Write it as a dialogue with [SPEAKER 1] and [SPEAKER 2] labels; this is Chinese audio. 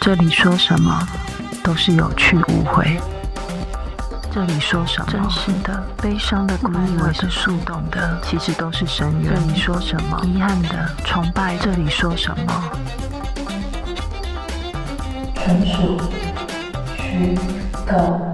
[SPEAKER 1] 这里说什么都是有去无回。这里说什么
[SPEAKER 2] 真实的、
[SPEAKER 1] 悲伤的、
[SPEAKER 2] 满
[SPEAKER 1] 以为
[SPEAKER 2] 满
[SPEAKER 1] 是
[SPEAKER 2] 的
[SPEAKER 1] 树洞的，其实都是深渊。
[SPEAKER 2] 这
[SPEAKER 1] 这
[SPEAKER 2] 里
[SPEAKER 1] 里说什么遗憾的、崇拜？这里说什么？
[SPEAKER 3] 纯属虚构。